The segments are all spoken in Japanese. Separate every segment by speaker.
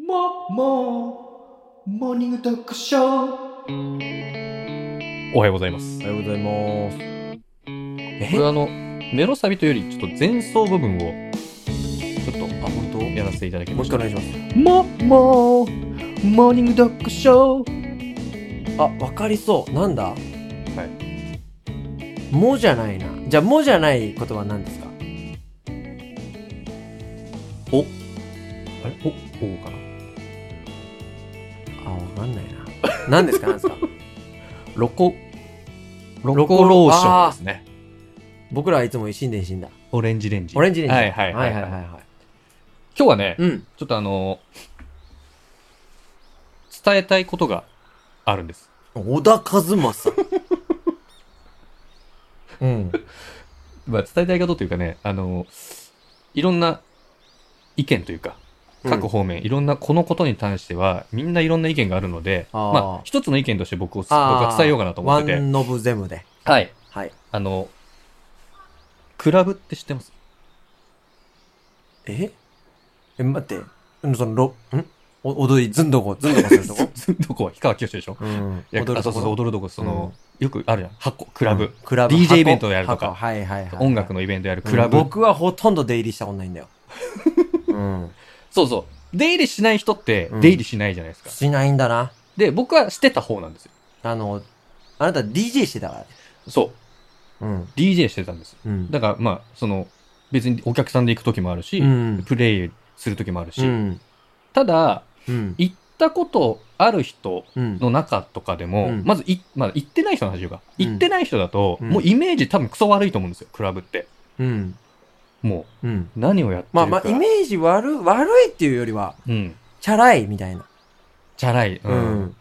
Speaker 1: ももモーニングトークショー
Speaker 2: おはようございます。
Speaker 3: おはようございます。
Speaker 2: これあの、メロサビというより、ちょっと前奏部分を、ちょっ
Speaker 3: あ、本当？
Speaker 2: とやらせていただき
Speaker 3: も
Speaker 2: ま
Speaker 3: う一
Speaker 2: し
Speaker 3: 回
Speaker 2: た。
Speaker 3: お願いしま
Speaker 1: ももモーニングトークショー
Speaker 3: す。あ、わかりそう。なんだ。はい。もじゃないな。じゃあもじゃない言葉は何ですか？
Speaker 2: あれお、おかな
Speaker 3: あ、わかんないな。何ですか？何です か？
Speaker 2: ロコ、ロ
Speaker 3: ロ
Speaker 2: コ
Speaker 3: コ
Speaker 2: ロ
Speaker 3: ロ
Speaker 2: ー
Speaker 3: ー
Speaker 2: シ
Speaker 3: シ
Speaker 2: ョ
Speaker 3: ョ
Speaker 2: ン
Speaker 3: ン
Speaker 2: ですね。
Speaker 3: 僕らはいつも一心伝心だ。
Speaker 2: オレンジレンジ。
Speaker 3: オレンジレンジ。
Speaker 2: はいはい
Speaker 3: は
Speaker 2: はいい、
Speaker 3: はいはい
Speaker 2: 今
Speaker 3: はい。
Speaker 2: 日はね、
Speaker 3: うん。
Speaker 2: ちょっとあの、伝えたいことがあるんです。
Speaker 3: 小田和正。 うん。
Speaker 2: まあ、伝えたいことというかね、あの、いろんな意見というか、各方面、いろんな、このことに関しては、みんないろんな意見があるので、
Speaker 3: あー
Speaker 2: まあ、一つの意見として僕を、僕
Speaker 3: あー
Speaker 2: は伝えようかなと思
Speaker 3: ワ
Speaker 2: ってて。
Speaker 3: ンノブゼムで。
Speaker 2: はい。
Speaker 3: はい。
Speaker 2: あの、クラブって知ってます？
Speaker 3: え？え、待って。うんそのロん？お踊りずんどこずんどこするとこ
Speaker 2: ずっ とこう、氷川きよしでしょ
Speaker 3: うん。
Speaker 2: いやあそうそうそう踊るとこ、その、よくあるじゃん。箱、クラブ。
Speaker 3: うんクラブ
Speaker 2: DJ
Speaker 3: 箱
Speaker 2: イベントをやるとか
Speaker 3: 箱はいはいはい、
Speaker 2: 音楽
Speaker 3: の
Speaker 2: のイベントやるクラブ。
Speaker 3: 僕はほとんど出入りしたことな いんだよ、うん、
Speaker 2: そうそう。出入りしない人って
Speaker 3: う、ん
Speaker 2: 出入りしないじゃないですか。
Speaker 3: しないんだな
Speaker 2: で、僕はしてた方なんですよ。
Speaker 3: あのあなた DJ してたか
Speaker 2: そう。
Speaker 3: らね
Speaker 2: DJ してたんです。
Speaker 3: うん
Speaker 2: だから、まあ、その、別にお客さんで行く時もあるし、
Speaker 3: うん
Speaker 2: プレイする時もあるし、
Speaker 3: うん
Speaker 2: ただ、
Speaker 3: うん
Speaker 2: 行ったことある人
Speaker 3: うん
Speaker 2: の中とかでも、
Speaker 3: うん
Speaker 2: まずい、まあ、行ってない人の話というか、
Speaker 3: うん
Speaker 2: 行ってない人だと、
Speaker 3: うん
Speaker 2: もうイメージ多分クソ悪いと思うんですよ、クラブって。
Speaker 3: うん
Speaker 2: も
Speaker 3: うん
Speaker 2: う、何をやってるか。
Speaker 3: まあまあイメージ悪い悪いっていうよりは
Speaker 2: うん。
Speaker 3: チャラいみたいな
Speaker 2: チャラい。
Speaker 3: う、
Speaker 2: うんん。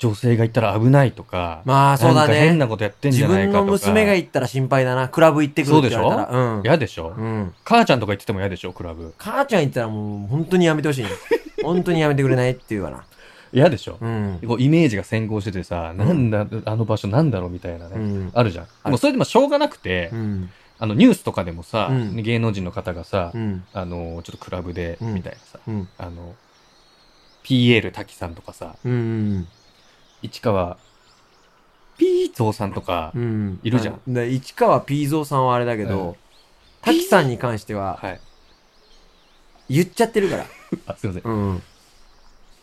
Speaker 2: 女性が行ったら危ないとか、
Speaker 3: まあそうだ
Speaker 2: なんか変
Speaker 3: ね
Speaker 2: なことやってんじ
Speaker 3: 自
Speaker 2: ゃない
Speaker 3: 分
Speaker 2: かとか。
Speaker 3: の娘が行ったら心配だなクラブ行ってくるって言われたらう
Speaker 2: 嫌でしょ、
Speaker 3: ん、うん、
Speaker 2: 母ちゃんとか行ってても嫌でしょクラブ。
Speaker 3: 母ちゃん行ったらもう本当にやめてほしいね本当にやめてくれないって言うわな
Speaker 2: 嫌でしょ、
Speaker 3: うん
Speaker 2: こうイメージが先行しててさ、なんだ、あの場所なんだろうみたいなね。
Speaker 3: うん
Speaker 2: あるじゃん。でもそれでもしょうがなくて、
Speaker 3: うん
Speaker 2: あのニュースとかでもさ、
Speaker 3: うん
Speaker 2: 芸能人の方がさ、
Speaker 3: うん
Speaker 2: あの、ちょっとクラブで、
Speaker 3: うん
Speaker 2: みたいなさ、
Speaker 3: うん
Speaker 2: あの、PL 滝さんとかさ、
Speaker 3: うん
Speaker 2: 市川、ピーゾーさんとか、
Speaker 3: うん、
Speaker 2: いるじゃん
Speaker 3: あ。で市川ピーゾーさんはあれだけ
Speaker 2: うん
Speaker 3: ど、滝さんに関しては
Speaker 2: はい。
Speaker 3: 言っちゃってるから。
Speaker 2: あ、すいません。
Speaker 3: うん。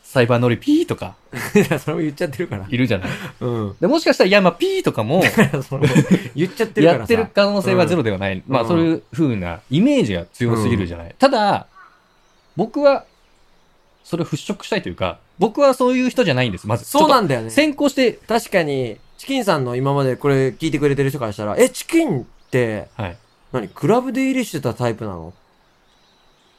Speaker 2: サイバーノリピーとか、
Speaker 3: いや、それも言っちゃってるから。
Speaker 2: いるじゃない。
Speaker 3: うん。
Speaker 2: で、もしかしたら山ピーとか も、
Speaker 3: それも言っちゃってるからさ。
Speaker 2: やってる可能性はゼロではない。まあ、
Speaker 3: うん
Speaker 2: そういう風なイメージが強すぎるじゃない。ただ、僕は、それを払拭したいというか、僕はそういう人じゃないんです、まず。
Speaker 3: そうな
Speaker 2: ちょっ
Speaker 3: んだよ
Speaker 2: と
Speaker 3: ね。
Speaker 2: 先行して、
Speaker 3: 確かに、チキンさんの今までこれ聞いてくれてる人からしたら、え、チキンって、
Speaker 2: はい。
Speaker 3: 何、クラブで入りしてたタイプなの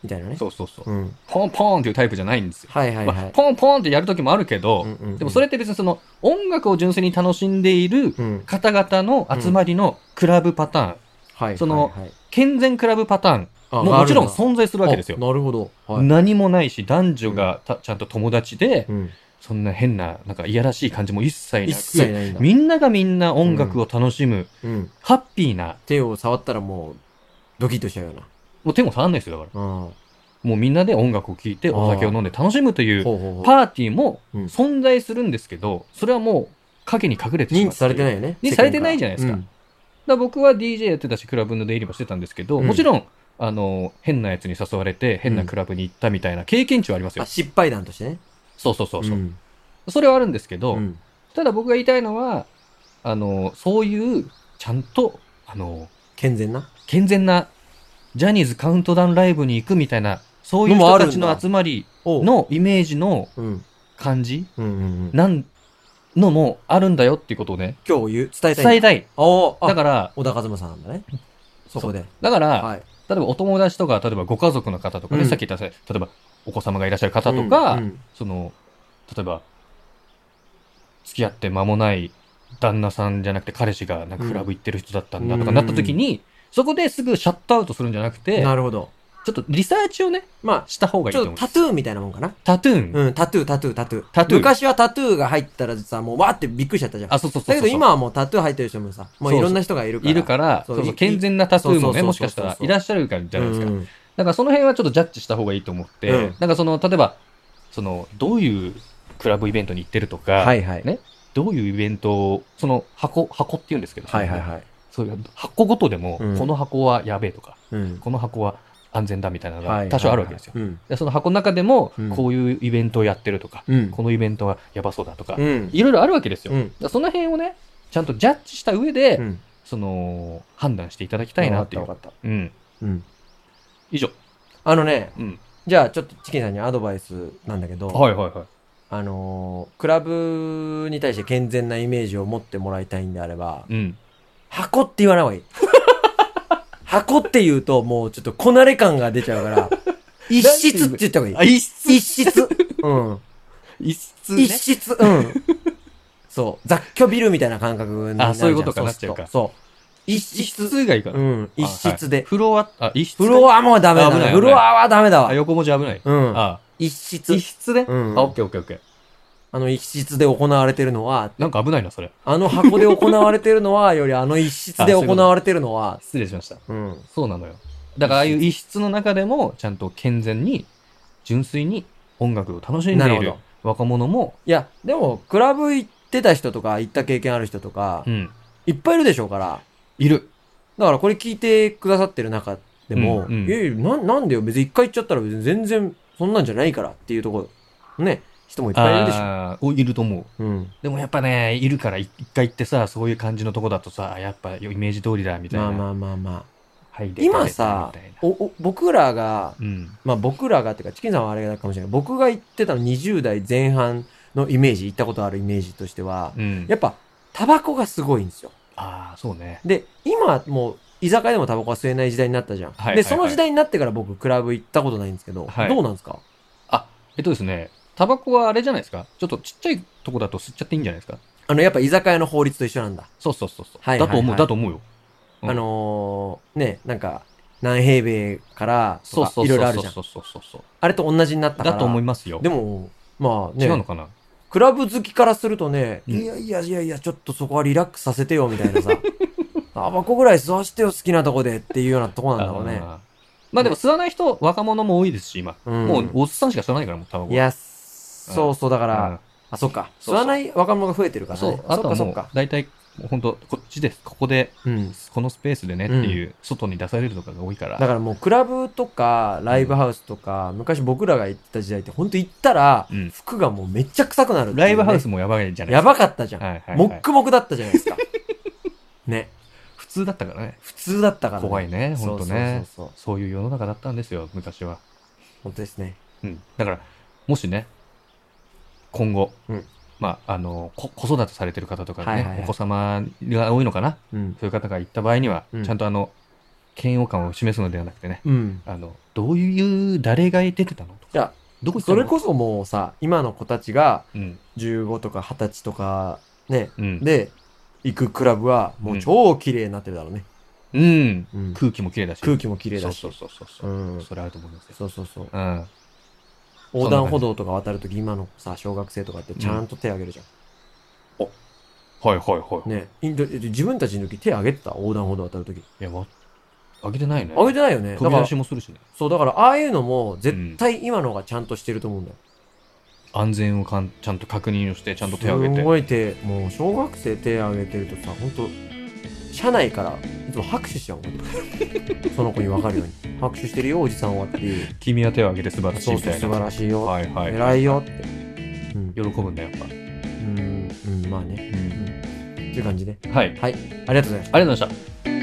Speaker 3: みたいなね。
Speaker 2: そうそうそう。
Speaker 3: うん。
Speaker 2: ポンポンっていうタイプじゃないんですよ。
Speaker 3: はいはいはい。
Speaker 2: まあポンポンってやるときもあるけど、
Speaker 3: うんうんうん
Speaker 2: でもそれって別にその、音楽を純粋に楽しんでいる
Speaker 3: うん。
Speaker 2: 方々の集まりのクラブパターン、
Speaker 3: はい。
Speaker 2: その
Speaker 3: はいはい
Speaker 2: 健全クラブパターン
Speaker 3: あ
Speaker 2: ももちろん
Speaker 3: ある
Speaker 2: 存在するわけですよ
Speaker 3: あ。なるほど。はい。
Speaker 2: 何もないし、男女がたちゃんと友達で、
Speaker 3: うん。
Speaker 2: そんな変な、なんかいやらしい感じも一切なく、
Speaker 3: 一切ないんだ。
Speaker 2: みんながみんな音楽を楽しむ、
Speaker 3: うん。
Speaker 2: ハッピーな、
Speaker 3: 手を触ったらもう、ドキッとしちゃうような。
Speaker 2: もう手も触んないですよ、だか
Speaker 3: うん。
Speaker 2: ら。もうみんなで音楽を聴いて、
Speaker 3: あー
Speaker 2: お酒を飲んで楽しむという、
Speaker 3: ほうほうほう
Speaker 2: パーティーも
Speaker 3: うん
Speaker 2: 存在するんですけど、それはもう影に隠れてしま
Speaker 3: 認
Speaker 2: う
Speaker 3: 知されてない
Speaker 2: だか
Speaker 3: よね。
Speaker 2: 認知されてないじゃないですか
Speaker 3: 世間か
Speaker 2: ら僕は DJ やってたし、クラブの出入りもしてたんですけど、
Speaker 3: うん
Speaker 2: もちろん、あの、変なやつに誘われて、変なクラブに行ったみたいな経験値はあります
Speaker 3: ら。
Speaker 2: よ。
Speaker 3: あ、失敗談としてね。
Speaker 2: そうそうそうそう、
Speaker 3: ん
Speaker 2: それはあるんですけど、
Speaker 3: うん
Speaker 2: ただ僕が言いたいのは、あの、そういう、ちゃんと、あの、
Speaker 3: 健全な。
Speaker 2: 健全なジャニーズカウントダウンライブに行くみたいな、そういう
Speaker 3: のも
Speaker 2: 人
Speaker 3: ある
Speaker 2: た
Speaker 3: ん
Speaker 2: ち
Speaker 3: だ
Speaker 2: の集まり
Speaker 3: おうん。
Speaker 2: のイメージの
Speaker 3: うん。
Speaker 2: 感じ
Speaker 3: うんうん。
Speaker 2: なんのもあるんだよっていうことをね、
Speaker 3: 今日言う、伝えたいんだ。
Speaker 2: 伝えたい。
Speaker 3: おー
Speaker 2: だ
Speaker 3: あ、
Speaker 2: から、
Speaker 3: 小田和正なんだね。そこで。
Speaker 2: だから、
Speaker 3: はい。
Speaker 2: 例えばお友達とか、例えばご家族の方とかね、
Speaker 3: うん
Speaker 2: さっき言った、例えばお子様がいらっしゃる方とか、
Speaker 3: うんうん
Speaker 2: その、例えば、付き合って間もない旦那さんじゃなくて彼氏がなんかクラブ行ってる人だったんだとかなった時に、そこですぐシャットアウトするんじゃなくて、
Speaker 3: なるほど。
Speaker 2: ちょっとリサーチをね、
Speaker 3: ま
Speaker 2: した方がい
Speaker 3: あ、
Speaker 2: い
Speaker 3: ち
Speaker 2: と
Speaker 3: ょっ
Speaker 2: 思
Speaker 3: と
Speaker 2: う。
Speaker 3: タトゥーみたいなもんかな。
Speaker 2: タトゥーン。
Speaker 3: うん、タトゥー、タトゥー、タトゥー。
Speaker 2: タトゥー
Speaker 3: 昔はタトゥーが入ったらさ、もうわーってびっくりしちゃったじゃん。
Speaker 2: あ、そうそうそうそう。
Speaker 3: だけど今はもうタトゥー入ってる人もさ、もういろんな人がいるから。
Speaker 2: いるから、そ
Speaker 3: そうう
Speaker 2: そう
Speaker 3: い
Speaker 2: 健全なタトゥーもね、
Speaker 3: そうそうそうそう
Speaker 2: もしかしたらいらっしゃるからじゃないですか。
Speaker 3: うん
Speaker 2: だからその辺はちょっとジャッジした方がいいと思って、
Speaker 3: うん
Speaker 2: なんかその、例えば、その、どういうクラブイベントに行ってるとか、
Speaker 3: はいはい。
Speaker 2: ねどういうイベントを、その箱、箱って言うんですけど、
Speaker 3: はいはいはい。
Speaker 2: そういう箱ごとでも、
Speaker 3: うん
Speaker 2: この箱はやべえとか、
Speaker 3: うん。
Speaker 2: この箱は安全だみたいなの
Speaker 3: はいは
Speaker 2: が
Speaker 3: いはい
Speaker 2: 多少あるわけですよ。
Speaker 3: うん。
Speaker 2: でその箱の中でも
Speaker 3: うん、
Speaker 2: こういうイベントをやってるとか、
Speaker 3: うん。
Speaker 2: このイベントはやばそうだとか、
Speaker 3: うん。
Speaker 2: いろいろあるわけですよ。
Speaker 3: う
Speaker 2: だ
Speaker 3: ん
Speaker 2: からその辺をね、ちゃんとジャッジした上で、
Speaker 3: うん。
Speaker 2: その、判断していただきたいなってい
Speaker 3: わか
Speaker 2: う。
Speaker 3: ったわかっ
Speaker 2: うん。
Speaker 3: た。うん。
Speaker 2: 以上。
Speaker 3: あのね、
Speaker 2: うん。
Speaker 3: じゃあちょっとチキンさんにアドバイスなんだけど、
Speaker 2: はいはいはい。
Speaker 3: あのークラブに対して健全なイメージを持ってもらいたいんであれば、
Speaker 2: うん。
Speaker 3: 箱って言わない方がいい。 箱って言うともうちょっとこなれ感が出ちゃ うから、一室って言った方がい
Speaker 2: 一室
Speaker 3: い。一室。うん。
Speaker 2: 一室
Speaker 3: 一室。うん。そう。雑居ビルみたいな感覚になるじゃん
Speaker 2: あそういうことか
Speaker 3: そすと
Speaker 2: なっちゃうか
Speaker 3: そう。一
Speaker 2: 一
Speaker 3: 室。
Speaker 2: 室がいいか
Speaker 3: う
Speaker 2: ら。
Speaker 3: ん。一室で。
Speaker 2: フロア、あ、一室。
Speaker 3: フロアもダメだ
Speaker 2: 危ない
Speaker 3: な。
Speaker 2: 危
Speaker 3: フ
Speaker 2: ない
Speaker 3: ロアはダメだ
Speaker 2: あ、
Speaker 3: わ。
Speaker 2: 横文字危ない。
Speaker 3: うん。
Speaker 2: あ、
Speaker 3: 一
Speaker 2: 一
Speaker 3: 室。
Speaker 2: 室で、
Speaker 3: うん
Speaker 2: あ、オッケーオッケーオッケー。
Speaker 3: あの一室で行われてるのは、
Speaker 2: なんか危ないな、それ。
Speaker 3: あの箱で行われてるのは、よりあの一室で行われてるのは、
Speaker 2: 失礼しました。
Speaker 3: うん。
Speaker 2: そうなのよ。だから、ああいう一室の中でも、ちゃんと健全に、純粋に音楽を楽しん
Speaker 3: な
Speaker 2: で
Speaker 3: る
Speaker 2: い
Speaker 3: ほ
Speaker 2: る
Speaker 3: ど。
Speaker 2: 若者も、
Speaker 3: いや、でも、クラブ行ってた人とか、行った経験ある人とか
Speaker 2: う、ん、
Speaker 3: いっぱいいるでしょうから。
Speaker 2: いる。
Speaker 3: だからこれ聞いてくださってる中で
Speaker 2: う
Speaker 3: も、
Speaker 2: んうん
Speaker 3: いやいやな、なんでよ、別に一回行っちゃったら別に全然そんなんじゃないからっていうところ、ね、人もいっぱいいるでしょ。
Speaker 2: あーおいると思う。
Speaker 3: うん。
Speaker 2: でもやっぱね、いるから、い一回行ってさ、そういう感じのとこだとさ、やっぱイメージ通りだ、みたい
Speaker 3: ま
Speaker 2: な。
Speaker 3: あまあまあまあ。
Speaker 2: はい、で
Speaker 3: 今さ
Speaker 2: 食べたみたいな
Speaker 3: おお、僕らが、
Speaker 2: うん。
Speaker 3: まあ僕らがっていうか、チキンさんはあれかもしれない。僕が行ってたの20代前半のイメージ、行ったことあるイメージとしては、
Speaker 2: うん。
Speaker 3: やっぱ、タバコがすごいんですよ。
Speaker 2: ああ、そうね。
Speaker 3: で、今もう、居酒屋でもタバコは吸えない時代になったじゃん。
Speaker 2: はいはい
Speaker 3: で、
Speaker 2: はい
Speaker 3: その時代になってから僕、クラブ行ったことないんですけど、
Speaker 2: はい
Speaker 3: どうなんですか
Speaker 2: あ、えっとですね、タバコはあれじゃないですかちょっとちっちゃいとこだと吸っちゃっていいんじゃないですか
Speaker 3: あの、やっぱ居酒屋の法律と一緒なんだ。
Speaker 2: そうそうそうそう、
Speaker 3: はいはいはい
Speaker 2: だと思う、だと思うよ。うん
Speaker 3: あのー、ね、なんか、何平米からとか、いろいろあるじゃん。
Speaker 2: そうそうそうそう
Speaker 3: あれと同じになったから。
Speaker 2: だと思いますよ。
Speaker 3: でも、まあね、
Speaker 2: 違うのかな
Speaker 3: クラブ好きからするとね、
Speaker 2: うん
Speaker 3: いやいやいやいや、ちょっとそこはリラックスさせてよ、みたいなさ。 タバコぐらい吸わしてよ、好きなとこでっていうようなとこなんだろうね。
Speaker 2: あーまあでも吸わない人、若者も多いですし、今。
Speaker 3: うん
Speaker 2: もうおっさんしか吸わないから、もうタバコ。
Speaker 3: いや、そうそう、だから、あ、そっか。吸
Speaker 2: そうそう
Speaker 3: わない若者が増えてる
Speaker 2: う
Speaker 3: か
Speaker 2: ん、
Speaker 3: ら
Speaker 2: そ
Speaker 3: ね。
Speaker 2: う、あとは
Speaker 3: そっかそ
Speaker 2: も
Speaker 3: っ
Speaker 2: う
Speaker 3: か。、
Speaker 2: 大体、本当こっちです、ここで、
Speaker 3: うん。
Speaker 2: このスペースでねっていう、外に出されるとかが多いから。
Speaker 3: だからもうクラブとかライブハウスとか、昔僕らが行ってた時代って本当行ったら
Speaker 2: うん
Speaker 3: 服がもうめっちゃ臭くなるっていうね、
Speaker 2: ライブハウスもやばいじゃない
Speaker 3: やばかったじゃん、
Speaker 2: はいはいはい
Speaker 3: もっくもくだったじゃないです かね
Speaker 2: 普通だったからね。
Speaker 3: 普通だったから、
Speaker 2: 怖いね、
Speaker 3: そ
Speaker 2: 本
Speaker 3: うそ
Speaker 2: 当
Speaker 3: う
Speaker 2: ね。
Speaker 3: そうそう
Speaker 2: そういう世の中だったんですよ、昔は。
Speaker 3: 本当ですね
Speaker 2: うん、だから、もしね、今後、
Speaker 3: うん
Speaker 2: まあ、あのこ子育てされてる方とかね、
Speaker 3: はいはいはい
Speaker 2: お子様が多いのかな、
Speaker 3: うん
Speaker 2: そういう方が行った場合には、
Speaker 3: うん
Speaker 2: ちゃんとあの嫌悪感を示すのではなくてね、
Speaker 3: うん
Speaker 2: あのどういう、誰が出てたのとか、
Speaker 3: いや
Speaker 2: どこ行った
Speaker 3: そ
Speaker 2: の
Speaker 3: れこそもうさ今の子たちが
Speaker 2: うん
Speaker 3: 15とか20歳とかね
Speaker 2: うん
Speaker 3: で行くクラブはもう超綺麗になってるだろうね、
Speaker 2: うん、
Speaker 3: うん
Speaker 2: 空気も綺麗だし、
Speaker 3: 空
Speaker 2: 気
Speaker 3: 気も綺麗だし
Speaker 2: そうそうそうそう、
Speaker 3: うん
Speaker 2: それあると思いますよ。
Speaker 3: そうそうそう
Speaker 2: うん、
Speaker 3: 横断歩道とか渡るとき今のさ小学生とかってちゃんと手挙げるじゃん、
Speaker 2: はいはいはい。
Speaker 3: ねインドえ自分たちの時手上げてた横断歩道渡る時
Speaker 2: いや、わあげてないね。
Speaker 3: 上げてないよねだか
Speaker 2: 飛び
Speaker 3: ら
Speaker 2: 出しもするしね。
Speaker 3: そうだからああいうのも絶対今の方がちゃんとしてると思うんだよ、
Speaker 2: 安全をかんちゃんと確認をして、ちゃんと手を挙げ
Speaker 3: す
Speaker 2: て。
Speaker 3: ごい手もう小学生手上げてるとさ本当車内からいつも拍手しちゃうもん その子に分かるように拍手してるよおじさんはっていう
Speaker 2: 君は手を挙げて素晴らしい
Speaker 3: そう
Speaker 2: み
Speaker 3: そう
Speaker 2: たい
Speaker 3: 素
Speaker 2: な。
Speaker 3: 晴らしいよ、
Speaker 2: はいはい。
Speaker 3: 偉いよってうん
Speaker 2: 喜ぶんだやっぱ、
Speaker 3: うんうんまあねっていう感じで
Speaker 2: はいあり
Speaker 3: ありがとうございました
Speaker 2: がとうございました